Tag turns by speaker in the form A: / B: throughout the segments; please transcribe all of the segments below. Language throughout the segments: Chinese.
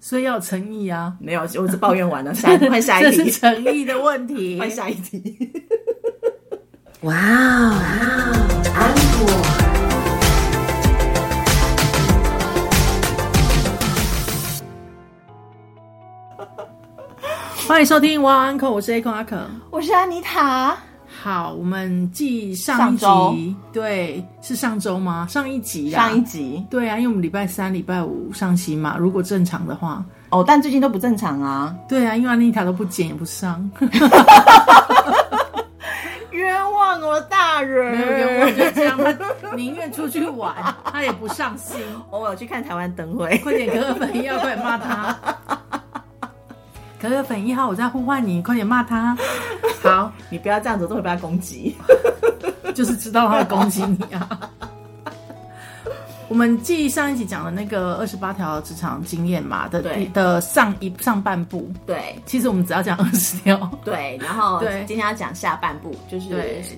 A: 所以要有诚意啊，
B: 没有，我只抱怨完了，下 一换下
A: 这
B: 一
A: 是
B: 题，
A: 诚意 的问题。
B: 换下一题。
C: 哇哦，安果，
A: 欢迎收听《哇安可》，我是 A 空阿可。
B: 我是安妮塔，
A: 好，我们继上一
B: 上
A: 集，对，是上周吗？上一集啦，
B: 上一集
A: 对啊，因为我们礼拜三、礼拜五上新嘛，如果正常的话，
B: 哦，但最近都不正常啊，
A: 对啊，因为安妮塔都不剪也不 上，
B: 冤枉我大
A: 没有冤枉
B: 人。
A: 就这样，她 宁愿出去玩，她也不上心。
B: 偶尔哦去看台湾灯会，
A: 快点，可可粉一号，快点骂他！ 可可粉一号，我在呼唤你，快点骂他！好，
B: 你不要这样子，都会被他攻击。
A: 就是知道他会攻击你啊。我们继上一集讲的那个二十八条职场经验嘛的
B: 对
A: 的上一上半部，
B: 对
A: 其实我们只要讲二十条，
B: 对，然后
A: 对
B: 今天要讲下半部，就是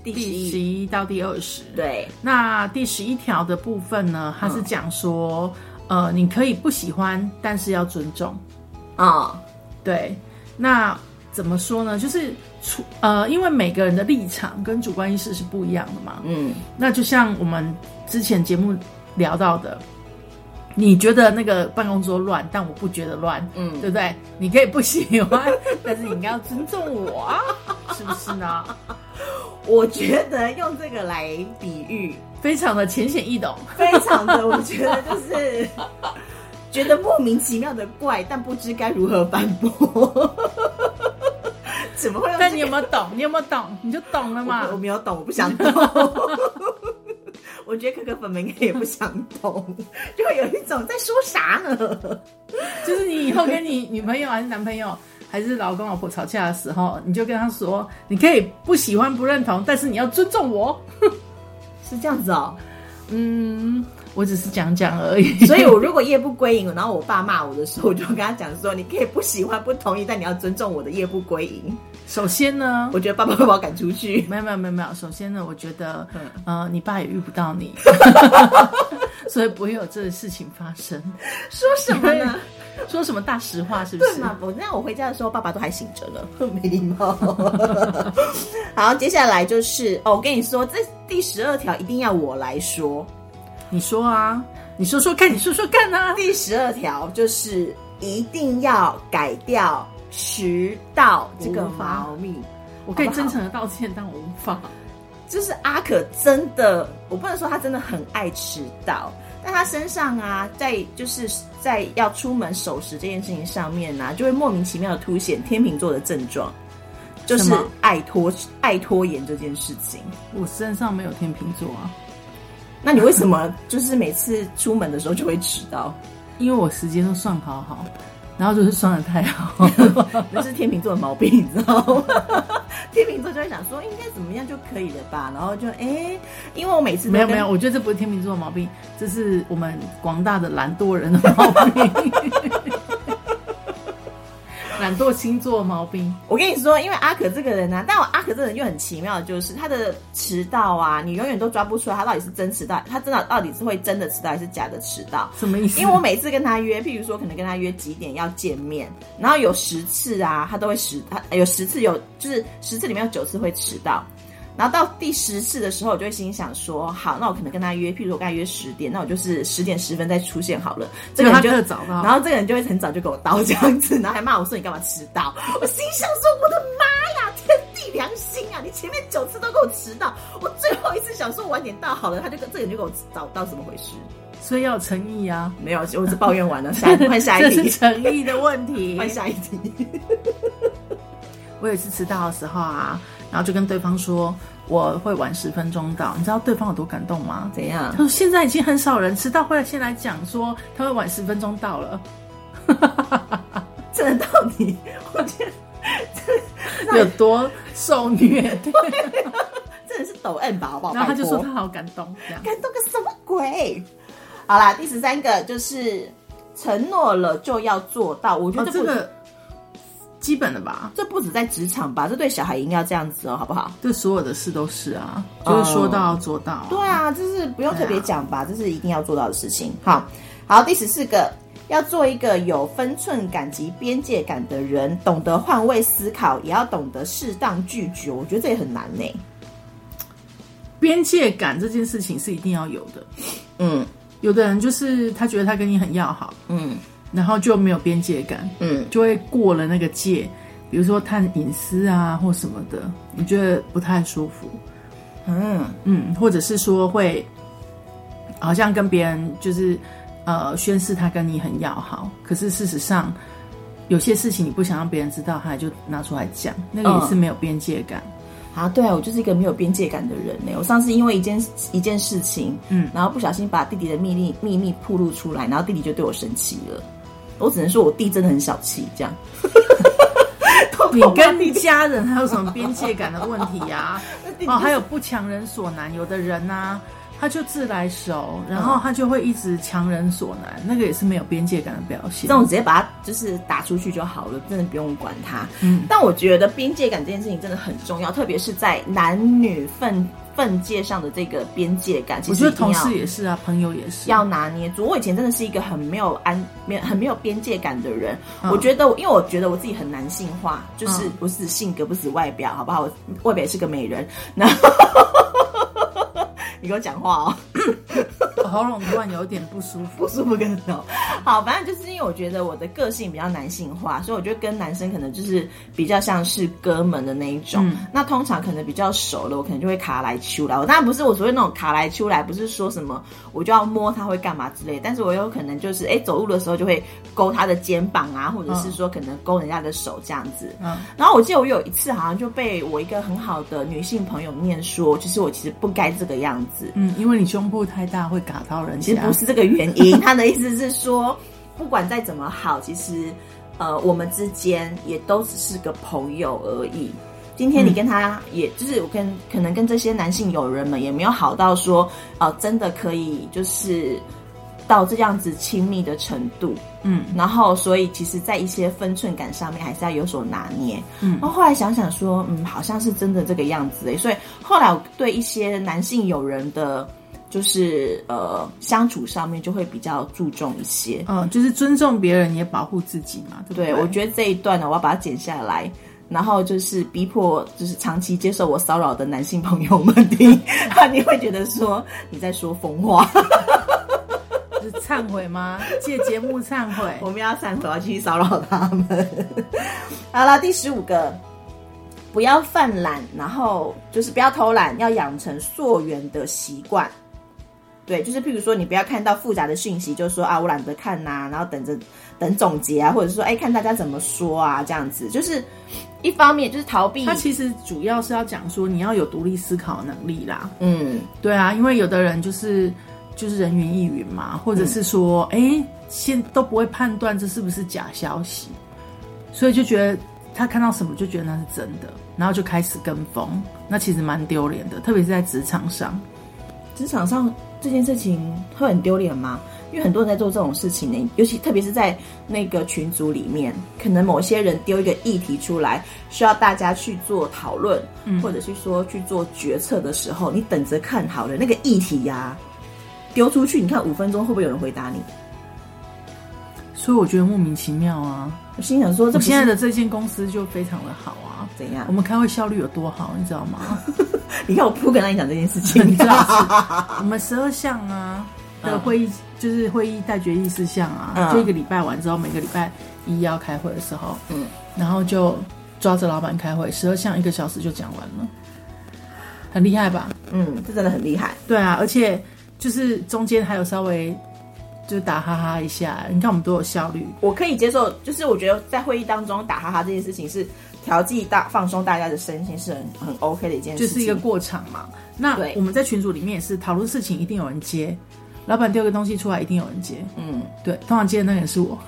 B: 第十
A: 第十
B: 一。
A: 一到第二十。
B: 对嗯
A: 那第十一条的部分呢，它是讲说，呃，你可以不喜欢，但是要尊重。
B: 啊、
A: 对，那怎么说呢？就是出呃，因为每个人的立场跟主观意识是不一样的嘛。
B: 嗯，
A: 那就像我们之前节目聊到的，你觉得那个办公桌乱，但我不觉得乱，
B: 嗯
A: 对不对？你可以不喜欢，但是你应该要尊重我 啊，是不是呢？
B: 我觉得用这个来比喻，
A: 非常的浅显易懂，
B: 非常的，我觉得就是觉得莫名其妙的怪，但不知该如何反驳。 怎么会用、这个？
A: 但你有没有懂？你有没有懂？你就懂了嘛
B: 我？我没有懂，我不想懂。 我觉得可可粉们应该也不想懂，就会有一种在说啥呢？
A: 就是你以后跟你女朋友还是男朋友还是老公老婆吵架的时候，你就跟他说，你可以不喜欢不认同，但是你要尊重我。
B: 是这样子哦。
A: 嗯，我只是讲讲而已。
B: 所以我如果夜不归营，然后我爸骂我的时候，我就跟他讲说，你可以不喜欢、不同意，但你要尊重我的夜不归营。
A: 首先呢，
B: 我觉得爸爸会把我赶出去。
A: 没有没有没有没有，首先呢，我觉得
B: 嗯，
A: 呃，你爸也遇不到 你，所以不会有这个事情发生。
B: 说什么呢？
A: 说什么大实话是不
B: 对
A: 是？
B: 嘛？我那我回家的时候，爸爸都还醒着呢，没礼貌。 好，接下来就是哦，我跟你说，这第十二条一定要我来说。
A: 你说啊，你说说看，你说说看啊。
B: 第十二条就是一定要改掉迟到这个毛病。
A: 我可以
B: 好不好
A: 真诚的道歉，但我无法。
B: 就是阿可真的，我不能说他真的很爱迟到，但他身上啊，在就是在要出门守时这件事情上面呢、啊，就会莫名其妙的凸显天秤座的症状，就
A: 什
B: 是
A: 么
B: 爱拖爱拖延这件事情。
A: 我身上没有天秤座啊，
B: 那你为什么就是每次出门的时候就会迟 到？
A: 因为我时间都算好好，然后就是算的太 好。
B: 那是天秤座的毛病，你知道吗？ 天秤座就会想说应该怎么样就可以了吧，然后就哎、诶因为我每次都
A: 没有
B: 跟
A: 没有，，我觉得这不是天秤座的毛病，这是我们广大的懒惰人的毛病， 懒惰星座的毛病。
B: 我跟你说，因为阿可这个人呢、啊，但我阿可这个人就很奇妙，就是他的迟到啊，你永远都抓不出来他到底是真迟到，他真的到底是会真的迟到还是假的迟到。
A: 什么意思？
B: 因为我每次跟他约，譬如说可能跟他约几点要见面，然后有十次啊，他都会迟，他有十次有就是十次里面有九次会迟到。然后到第十次的时候，我就会心想说，好，那我可能跟他约，譬如我跟他约十点，那我就是十点十分再出现好了。这个人就
A: 结果他真的早到
B: 然后这个人就会很早就给我到这样子，然后还骂我说你干嘛迟到？我心想说，我的妈呀，天地良心啊！你前面九次都给我迟到，我最后一次想说晚点到好了，他就跟这个人就给我早到，怎么回事？
A: 所以要有诚意啊。
B: 没有，我只抱怨完了，下一换下一
A: 这是
B: 题，
A: 诚意的问题
B: 换。下一题。
A: 我有一次迟到的时候啊，然后就跟对方说我会晚十分钟到，你知道对方有多感动吗？
B: 怎样
A: 他？说现在已经很少人迟到会先来讲说他会晚十分钟到 了，
B: 真的到底？我觉得
A: 有多受虐。
B: 真的是抖 M 吧，好不好？
A: 然后他就说
B: 拜
A: 他
B: 托
A: 好感动，这 样。
B: 感动个什么鬼？好啦，第十三个就是承诺了就要做到，我觉
A: 哦
B: 得，这
A: 这
B: 不、
A: 个基本的吧，
B: 这不止在职场吧，这对小孩应该要这样子哦，好不好？
A: 对所有的事都是啊，
B: 哦
A: 就是说到做到、啊。
B: 对啊，这是不用
A: 对啊
B: 特别讲吧，这是一定要做到的事情。好，好，第十四个，要做一个有分寸感及边界感的人，懂得换位思考，也要懂得适当拒绝。我觉得这也很难呢、
A: 边界感这件事情是一定要有的。
B: 嗯
A: 有的人就是他觉得他跟你很要好，
B: 嗯
A: 然后就没有边界感，
B: 嗯，
A: 就会过了那个界，比如说探隐私啊或什么的，你觉得不太舒服，
B: 嗯
A: 嗯，或者是说会好像跟别人就是呃宣示他跟你很要好，可是事实上有些事情你不想让别人知道，他就拿出来讲，那个
B: 嗯
A: 也是没有边界感。
B: 啊，对啊，我就是一个没有边界感的人呢。我上次因为一件一件事情，
A: 嗯
B: 然后不小心把弟弟的秘密秘密暴露出来，然后弟弟就对我生气了。我只能说我弟真的很小气，这样。
A: 你跟家人还有什么边界感的问题 呀、
B: 弟弟就
A: 哦，还有不强人所难，有的人呐、啊嗯他就自来熟，然后他就会一直强人所难，那个也是没有边界感的表现
B: 这。种直接把它就是打出去就好了，真的不用管它。
A: 嗯
B: 但我觉得边界感这件事情真的很重要，特别是在男女分分界上的这个边界感，其
A: 我
B: 实
A: 觉
B: 一
A: 得
B: 定
A: 同
B: 要
A: 事也是啊，朋友也是。
B: 要拿捏住。我以前真的是一个很没有安、没有很没有边界感的人。
A: 嗯
B: 我觉得我，因为我觉得我自己很男性化，就是
A: 嗯
B: 不是性格，不是外表，好不好？我外表也是个美人，然后 你给我讲话哦。
A: 我喉咙突然有点不舒服
B: 不。舒服跟头。好，反正就是因为我觉得我的个性比较男性化，所以我觉得跟男生可能就是比较像是哥们的那一种。
A: 嗯
B: 那通常可能比较熟了，我可能就会卡来秋来。我当然不是我所谓那种卡来秋来，不是说什么我就要摸他会干嘛之类，但是我有可能就是哎、诶走路的时候就会勾他的肩膀啊，或者是说可能勾人家的手这样子。
A: 嗯，
B: 然后我记得我有一次好像就被我一个很好的女性朋友念说，就是我其实不该这个样子。
A: 嗯，因为你胸部太大会嘎到人家。
B: 其实不是这个原因， 他的意思是说，不管再怎么好，其实呃，我们之间也都只是个朋友而已。今天你跟他也，就是我跟可能跟这些男性友人们也没有好到说，呃，真的可以就是到这样子亲密的程度。
A: 嗯
B: 然后，所以其实，在一些分寸感上面，还是要有所拿捏。
A: 嗯
B: 然后后来想想说，嗯，好像是真的这个样子诶。欸所以后来我对一些男性友人的，就是呃相处上面就会比较注重一些。
A: 嗯，就是尊重别人也保护自己嘛，对不
B: 对，
A: 对？
B: 我觉得这一段呢，我要把它剪下来，然后就是逼迫，就是长期接受我骚扰的男性朋友们听， 他你会觉得说你在说疯话。
A: 是忏悔吗？借节目忏悔。
B: 我们要散伙，要继续骚扰他们。好了，第十五个，不要犯懒，然后就是不要偷懒，要养成溯源的习惯。对，就是譬如说，你不要看到复杂的讯息，就说啊，我懒得看呐、然后等着等总结啊，或者说哎，看大家怎么说啊，这样子，就是一方面就是逃避
A: 他，其实主要是要讲说你要有独立思考能力啦。
B: 嗯
A: 对啊，因为有的人就是就是人云亦云嘛，或者
B: 嗯
A: 是说，哎、现都不会判断这是不是假消息，所以就觉得他看到什么就觉得那是真的，然后就开始跟风，那其实蛮丢脸的，特别是在职场上。
B: 职场上这件事情会很丢脸吗？因为很多人在做这种事情呢，尤其特别是在那个群组里面，可能某些人丢一个议题出来，需要大家去做讨论，
A: 嗯
B: 或者是说去做决策的时候，你等着看好了那个议题呀、丢出去，你看五分钟会不会有人回答你？
A: 所以我觉得莫名其妙啊！
B: 我心想说，这
A: 我
B: 不是
A: 现在的这间公司就非常的好啊，
B: 怎样
A: 我？们开会效率有多好，你知道吗？
B: 你看我不跟他讲这件事 情，
A: 你知道是，我们十二项 啊的
B: 嗯
A: 会议，就是会议待决议事项啊，
B: 嗯
A: 就一个礼拜完之后，每个礼拜一要开会的时候，
B: 嗯
A: 嗯，然后就抓着老板开会，十二项一个小时就讲完了，很厉害吧？
B: 嗯，这真的很厉害。
A: 对啊，而且就是中间还有稍微就打哈哈一下，你看我们多有效率，
B: 我可以接受，就是我觉得在会议当中打哈哈这件事情是调剂大放松大家的身心是很很 OK 的一件
A: 就
B: 事情，
A: 是一个过场嘛。那
B: 对
A: 我们在群组里面也是讨论事情，一定有人接，老板丢个东西出来，一定有人接，
B: 嗯。
A: 对，通常接的那个人是我，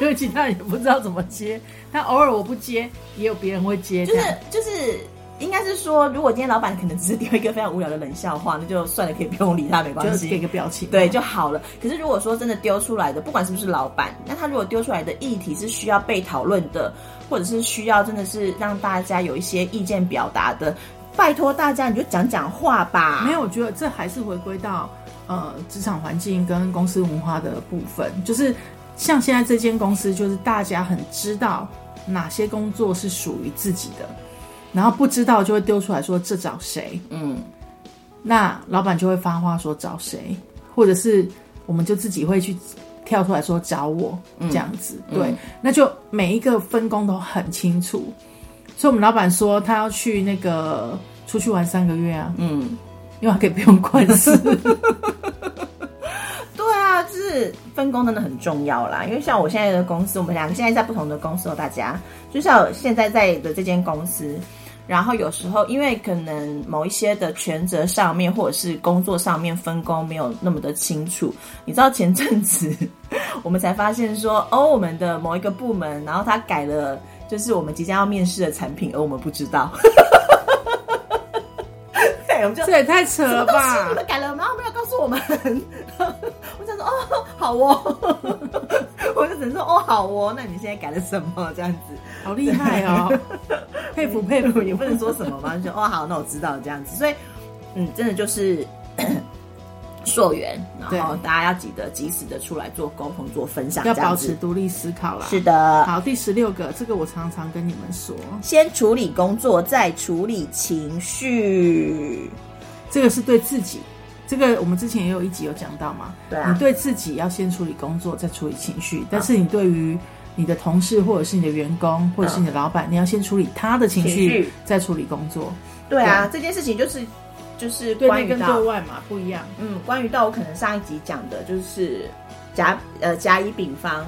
A: 因为其他人也不知道怎么接。但偶尔我不接，也有别人会接。
B: 就是
A: 这样
B: 就是，应该是说，如果今天老板可能只是丢一个非常无聊的冷笑话，那就算了，可以不用理他，没关
A: 就是给
B: 系。
A: 个表情，
B: 对就好了。可是如果说真的丢出来的，不管是不是老板，那他如果丢出来的议题是需要被讨论的，或者是需要真的是让大家有一些意见表达的，拜托大家你就讲讲话吧。
A: 没有，我觉得这还是回归到呃职场环境跟公司文化的部分，就是像现在这间公司，就是大家很知道哪些工作是属于自己的，然后不知道就会丢出来说这找谁，
B: 嗯，
A: 那老板就会发话说找谁，或者是我们就自己会去跳出来说找我这样子，对，那就每一个分工都很清楚。所以我们老板说他要去那个出去玩三个月啊，
B: 嗯，
A: 因为啊他可以不用管事。
B: 对啊，就是分工真的很重要啦。因为像我现在的公司，我们两个现在在不同的公司哦，大家就像我现在在的这间公司，然后有时候因为可能某一些的权责上面或者是工作上面分工没有那么的清楚，你知道前阵子 我们才发现说，哦，我们的某一个部门，然后他改了。就是我们即将要面试的产品，而我们不知道。 对，我们就
A: 这也太扯了吧！
B: 你们改了，然后没有告诉我们。 我想说，哦，好哦， 我就只能说，哦，好哦。那你现在改了什么？这样子，
A: 好厉害哦， 佩服佩服！
B: 也不能说什么嘛，就哦好，那我知道这样子。所以，嗯，真的就是。 溯源，然后大家要记得及时的出来做沟通、做分享，
A: 要保持独立思考啦。
B: 是的。
A: 好，第十六个，这个我常常跟你们说，
B: 先处理工作，再处理情绪。
A: 这个是对自己，这个我们之前也有一集有讲到嘛。
B: 对啊。
A: 你对自己要先处理工作，再处理情绪。但是你对于你的同事，或者是你的员工，或者是你的老板，嗯、你要先处理他的情绪，再处理工作。
B: 对啊，对这件事情就是。就是关于
A: 跟对外嘛不一样，
B: 嗯，关于到我可能上一集讲的，就是甲呃甲乙丙方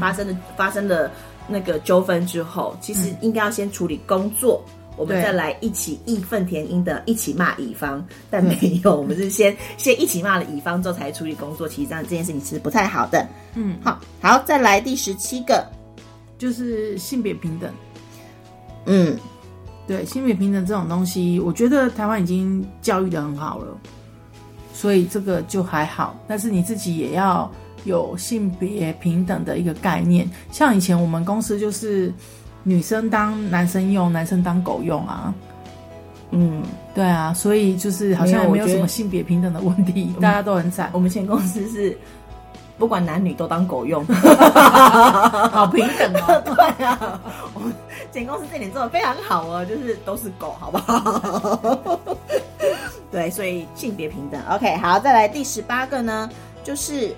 B: 发生的、
A: 嗯、
B: 发生的那个纠纷之后，其实应该要先处理工作，嗯、我们再来一起义愤填膺的一起骂乙方，但没
A: 嗯
B: 有，我们是先 先一起骂了乙方之后才处理工作，其实这样这件事情是不太好的，
A: 嗯，
B: 好，好，再来第十七个，
A: 就是性别平等，
B: 嗯。
A: 对性别平等这种东西，我觉得台湾已经教育的很好了，所以这个就还好。但是你自己也要有性别平等的一个概念。像以前我们公司就是女生当男生用，男生当狗用啊。
B: 嗯，
A: 对啊，所以就是好像没有什么性别平等的问 题，大家都很惨。
B: 我们前公司是。不管男女都当狗用，
A: 好平等 哦。
B: 对啊，我们简公司这点做的非常好哦，就是都是狗，好不好？ 对，所以性别平等。OK，好，再来第十八个呢，就是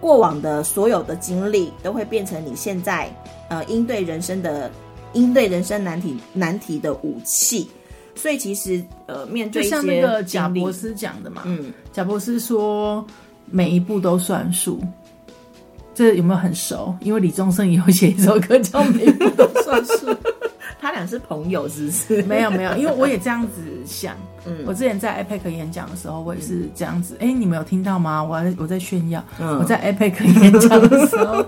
B: 过往的所有的经历都会变成你现在呃应对人生的应对人生难题难题的武器。所以其实呃，面对
A: 就像那个贾博斯讲的嘛，
B: 嗯，
A: 贾博斯说。每一步都算数，这有没有很熟？因为李宗盛有写一首歌叫《 每一步都算数》，
B: 他俩是朋友，是不是？
A: 没有没有，因为我也这样子想。
B: 嗯，
A: 我之前在 APEC 演讲的时候，我也是这样子。哎、欸，你们有听到吗？我我在炫耀。
B: 嗯，
A: 我在 APEC 演讲的时候，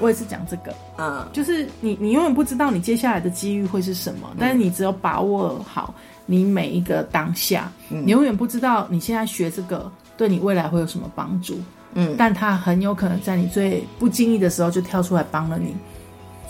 A: 我也是讲这个。
B: 嗯，
A: 就是你你永远不知道你接下来的机遇会是什
B: 嗯
A: 么，但是你只有把握好你每一个当下。
B: 嗯、
A: 你永远不知道你现在学这个。对你未来会有什么帮助？
B: 嗯，
A: 但他很有可能在你最不经意的时候就跳出来帮了你。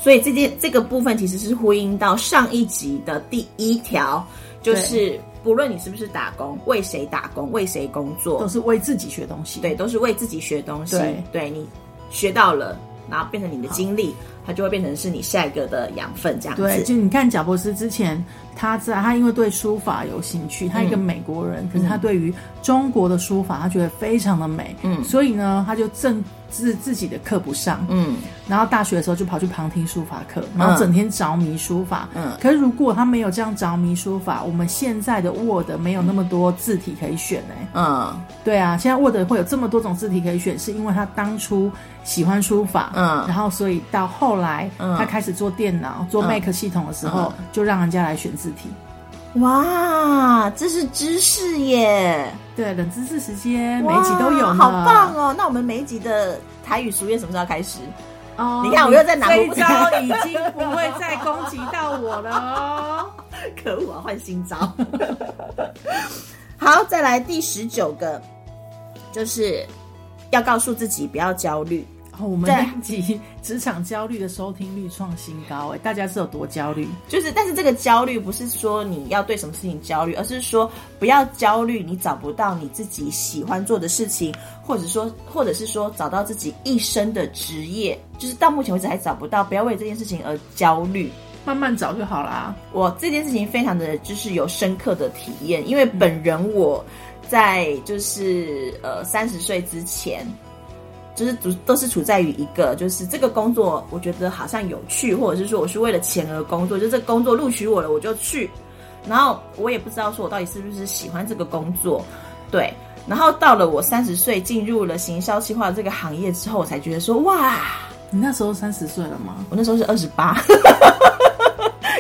B: 所以这件这个部分其实是呼应到上一集的第一条，就是不论你是不是打工，为谁打工，为谁工作，
A: 都是为自己学东西。
B: 对，都是为自己学东西。
A: 对，
B: 对你学到了，然后变成你的经历，它就会变成是你下一个的养分，这样子。
A: 对，就你看贾博士之前。他在他因为对书法有兴趣，他一个美国人，
B: 嗯、
A: 可是他对于中国的书法，他觉得非常的美，
B: 嗯，
A: 所以呢，他就正自自己的课不上，
B: 嗯，
A: 然后大学的时候就跑去旁听书法课，然后整天着迷书法，
B: 嗯，
A: 可是如果他没有这样着迷书法，我们现在的 Word 没有那么多字体可以选呢、欸。
B: 嗯，
A: 对啊，现在 Word 会有这么多种字体可以选，是因为他当初喜欢书法，
B: 嗯，
A: 然后所以到后来、
B: 嗯、
A: 他开始做电脑、做 Mac 系统的时候，
B: 嗯、
A: 就让人家来选字。字体，
B: 哇，这是知识耶！
A: 对，冷知识时间，每一集都有，
B: 好棒哦！那我们每一集的台语熟练什么时候开始？
A: 哦，
B: 你看我又在哪？
A: 这招已经不会再攻击到我了 哦！
B: 可恶啊，换新招！ 好，再来第十九个，就是要告诉自己不要焦虑。
A: 哦，我们
B: 对
A: 那集职场焦虑的收听率创新高，哎，大家是有多焦虑？
B: 就是，但是这个焦虑不是说你要对什么事情焦虑，而是说不要焦虑，你找不到你自己喜欢做的事情，或者说，或者是说找到自己一生的职业，就是到目前为止还找不到，不要为这件事情而焦虑。
A: 慢慢找就好啦。
B: 我这件事情非常的就是有深刻的体验，因为本人我在就是呃三十岁之前，就是都都是处在于一个就是这个工作我觉得好像有趣，或者是说我是为了钱而工作，就这个工作录取我了我就去，然后我也不知道说我到底是不是喜欢这个工作，对。然后到了我三十岁进入了行销企划这个行业之后，我才觉得说哇，
A: 你那时候三十岁了吗？
B: 我那时候是二十八，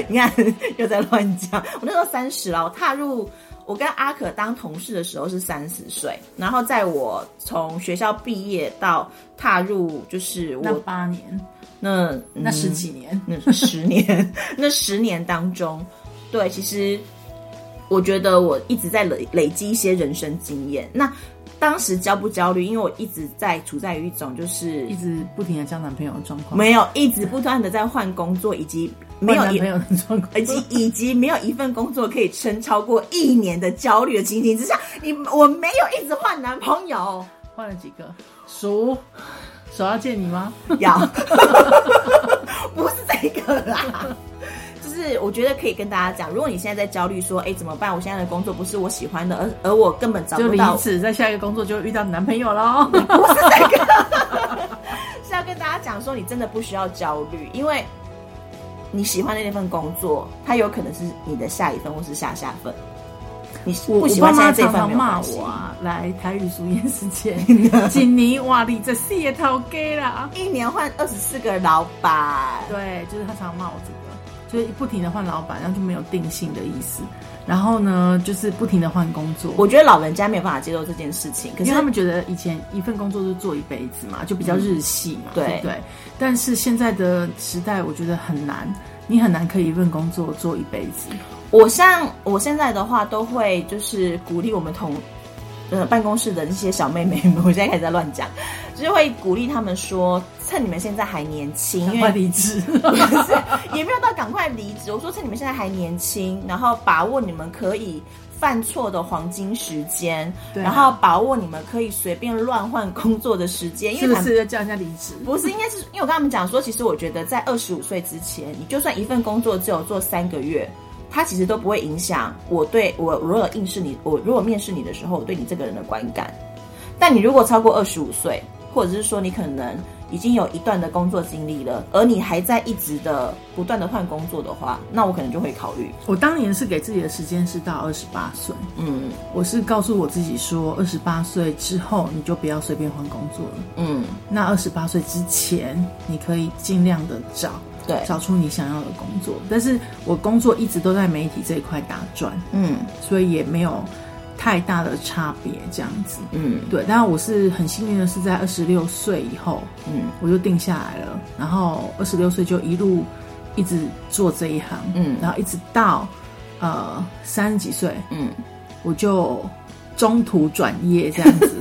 B: 你看又在乱讲。我那时候三十了，我踏入我跟阿可当同事的时候是三十岁，然后在我从学校毕业到踏入就是
A: 那
B: 我
A: 八年，
B: 那
A: 那十
B: 嗯
A: 几年，
B: 那十年， 那十年当中，对，其实我觉得我一直在累累积一些人生经验。那当时焦不焦虑？因为我一直在处在于一种就是
A: 一直不停的交男朋友的状况，
B: 没有一直不断的在换工作，以及没有哎
A: 换男
B: 一
A: 朋友的状况，
B: 以 及以及没有一份工作可以撑超过一年的焦虑的情形之下，你我没有一直换男朋友，
A: 换了几个？数，手要见你吗？
B: 要 不是这个啦。 就是我觉得可以跟大家讲，如果你现在在焦虑说，哎，怎么办？我现在的工作不是我喜欢的，而而我根本找
A: 就
B: 不
A: 离
B: 到
A: 职，在下一个工作就遇到男朋友喽。
B: 是要跟大家讲说，你真的不需要焦虑，因为你喜欢的那份工作，它有可能是你的下一份或是下下份。你
A: 我
B: 不
A: 我
B: 喜
A: 爸
B: 欢现
A: 妈
B: 在这
A: 常
B: 份
A: 常
B: 没有
A: 骂
B: 关系
A: 我。啊，来台语俗谚世界， 锦尼瓦力这四也头给啦。
B: 一年换二十四个老板，
A: 对，就是他常骂我这个，就是不停的换老板，然后就没有定性的意思。然后呢，就是不停的换工作，
B: 我觉得老人家没有办法接受这件事情，可
A: 因
B: 是
A: 为他们觉得以前一份工作就做一辈子嘛，就比较日系嘛，
B: 对
A: 对不对。但是现在的时代，我觉得很难，你很难可以一份工作做一辈子。
B: 我像我现在的话，都会就是鼓励我们同呃办公室的那些小妹妹们，我现在开始在乱讲，就是会鼓励他们说，趁你们现在还年轻，
A: 赶
B: 因
A: 快
B: 为
A: 离职，
B: 不 是，也没有到赶快离职。我说趁你们现在还年轻，然后把握你们可以犯错的黄金时间，
A: 对啊
B: 然后把握你们可以随便乱换工作的时间，因
A: 是
B: 为
A: 不
B: 坦
A: 是要叫人家离职？
B: 不是，应该是因为我跟他们讲说，其实我觉得在二十五岁之前，你就算一份工作只有做三个月，它其实都不会影响我对我我如果应试你，我如果面试你的时候，我对你这个人的观感。但你如果超过二十五岁，或者是说你可能已经有一段的工作经历了，而你还在一直的不断的换工作的话，那我可能就会考虑，
A: 我当年是给自己的时间是到二十八岁，
B: 嗯
A: 我是告诉我自己说，二十八岁之后你就不要随便换工作了。
B: 嗯，
A: 那二十八岁之前，你可以尽量的找
B: 对，
A: 找出你想要的工作。但是我工作一直都在媒体这一块打转，
B: 嗯
A: 所以也没有太大的差别这样子。
B: 嗯
A: 对，但我是很幸运的是，在二十六岁以后
B: 嗯
A: 我就定下来了，然后二十六岁就一路一直做这一行，
B: 嗯
A: 然后一直到呃三十几岁，
B: 嗯，
A: 我就中途转业这样 子，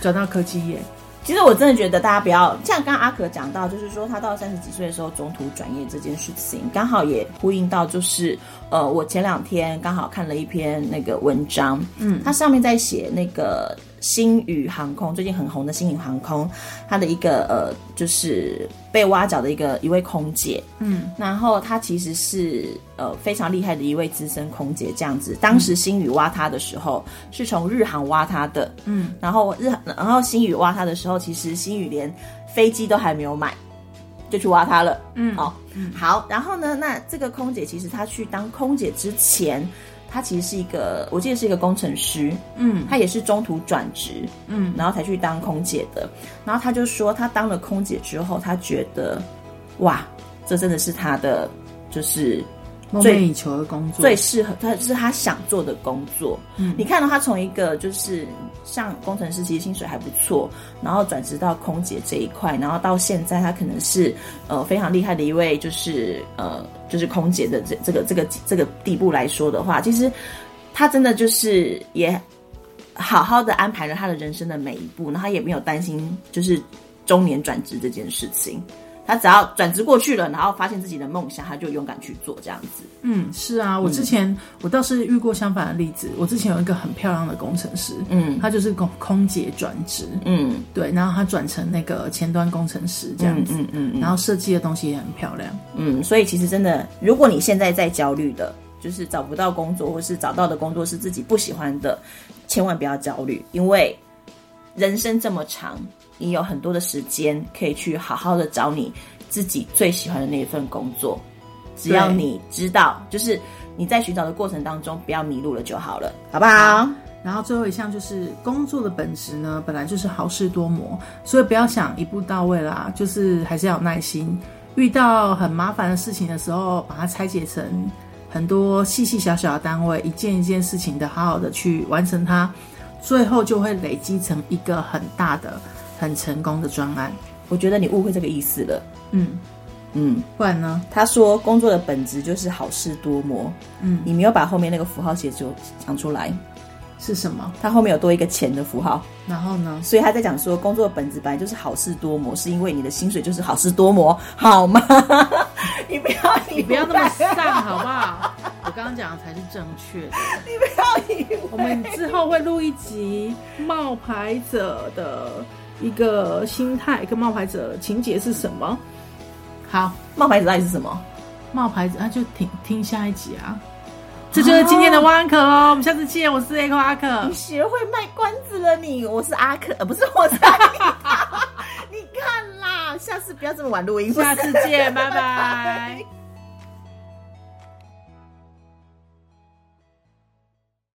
A: 转到科技业。
B: 其实我真的觉得大家不要像刚刚阿可讲到，就是说他到三十几岁的时候中途转业这件事情，刚好也呼应到就是呃，我前两天刚好看了一篇那个文章，嗯，它上面在写那个星宇航空最近很红的星宇航空，它的一个呃就是被挖角的一个一位空姐，
A: 嗯，
B: 然后她其实是呃非常厉害的一位资深空姐，这样子。当时星宇挖她的时候，是从日航挖她的，
A: 嗯，
B: 然后日航然后星宇挖她的时候，其实星宇连飞机都还没有买，就去挖她了，
A: 嗯
B: 哦，好，然后呢，那这个空姐其实她去当空姐之前，她其实是一个，我记得是一个工程师，
A: 嗯
B: 她也是中途转职，
A: 嗯，
B: 然后才去当空姐的。然后她就说，她当了空姐之后，她觉得，哇，这真的是她的就是
A: 梦
B: 最
A: 寐以求的工作
B: 最，适合她，是她想做的工作。
A: 嗯
B: 你看到她从一个就是像工程师，其实薪水还不错，然后转职到空姐这一块，然后到现在她可能是呃非常厉害的一位，就是呃就是空姐的这这个这个这个地步来说的话，其实她真的就是也好好的安排了她的人生的每一步，然后她也没有担心就是。中年转职这件事情。他只要转职过去了，然后发现自己的梦想，他就勇敢去做这样子。
A: 嗯，是啊，我之前、我倒是遇过相反的例子。我之前有一个很漂亮的工程师，
B: 嗯
A: 她就是空空姐转职，
B: 嗯
A: 对，然后她转成那个前端工程师这样
B: 嗯
A: 子，
B: 嗯嗯嗯
A: 然后设计的东西也很漂亮。
B: 嗯，所以其实真的，如果你现在在焦虑的，就是找不到工作，或是找到的工作是自己不喜欢的，千万不要焦虑，因为人生这么长，你有很多的时间可以去好好的找你自己最喜欢的那一份工作。只要
A: 对
B: 你知道，就是你在寻找的过程当中不要迷路了就好了，好不好？
A: 然后最后一项就是工作的本质呢，本来就是好事多磨，所以不要想一步到位啦，就是还是要有耐心。遇到很麻烦的事情的时候，把它拆解成很多细细小小的单位，一件一件事情的好好的去完成它，最后就会累积成一个很大的、很成功的专案。
B: 我觉得你误会这个意思了。
A: 嗯，
B: 嗯，
A: 不然呢？
B: 他说工作的本质就是好事多磨。
A: 嗯，
B: 你没有把后面那个符号写出讲出来。
A: 是什么？
B: 它后面有多一个钱的符号，
A: 然后呢？
B: 所以他在讲说，工作的本质本来就是好事多磨，是因为你的薪水就是好事多磨，好吗？ 你不要， 你
A: 你不要那么丧，好不好？我刚刚讲的才是正确的。
B: 以为
A: 我们之后会录一集冒牌者的一个心态跟冒牌者情节是什么。好，
B: 冒牌者到底是什么？
A: 冒牌者那就听听下一集啊。这就是今天的挖安可喽，我们下次见。我是 Echo 阿可
B: 你，学会卖关子了你，我是阿克，呃，不是我是阿 克，你看啦，下次不要这么晚录音，
A: 下次见，拜拜。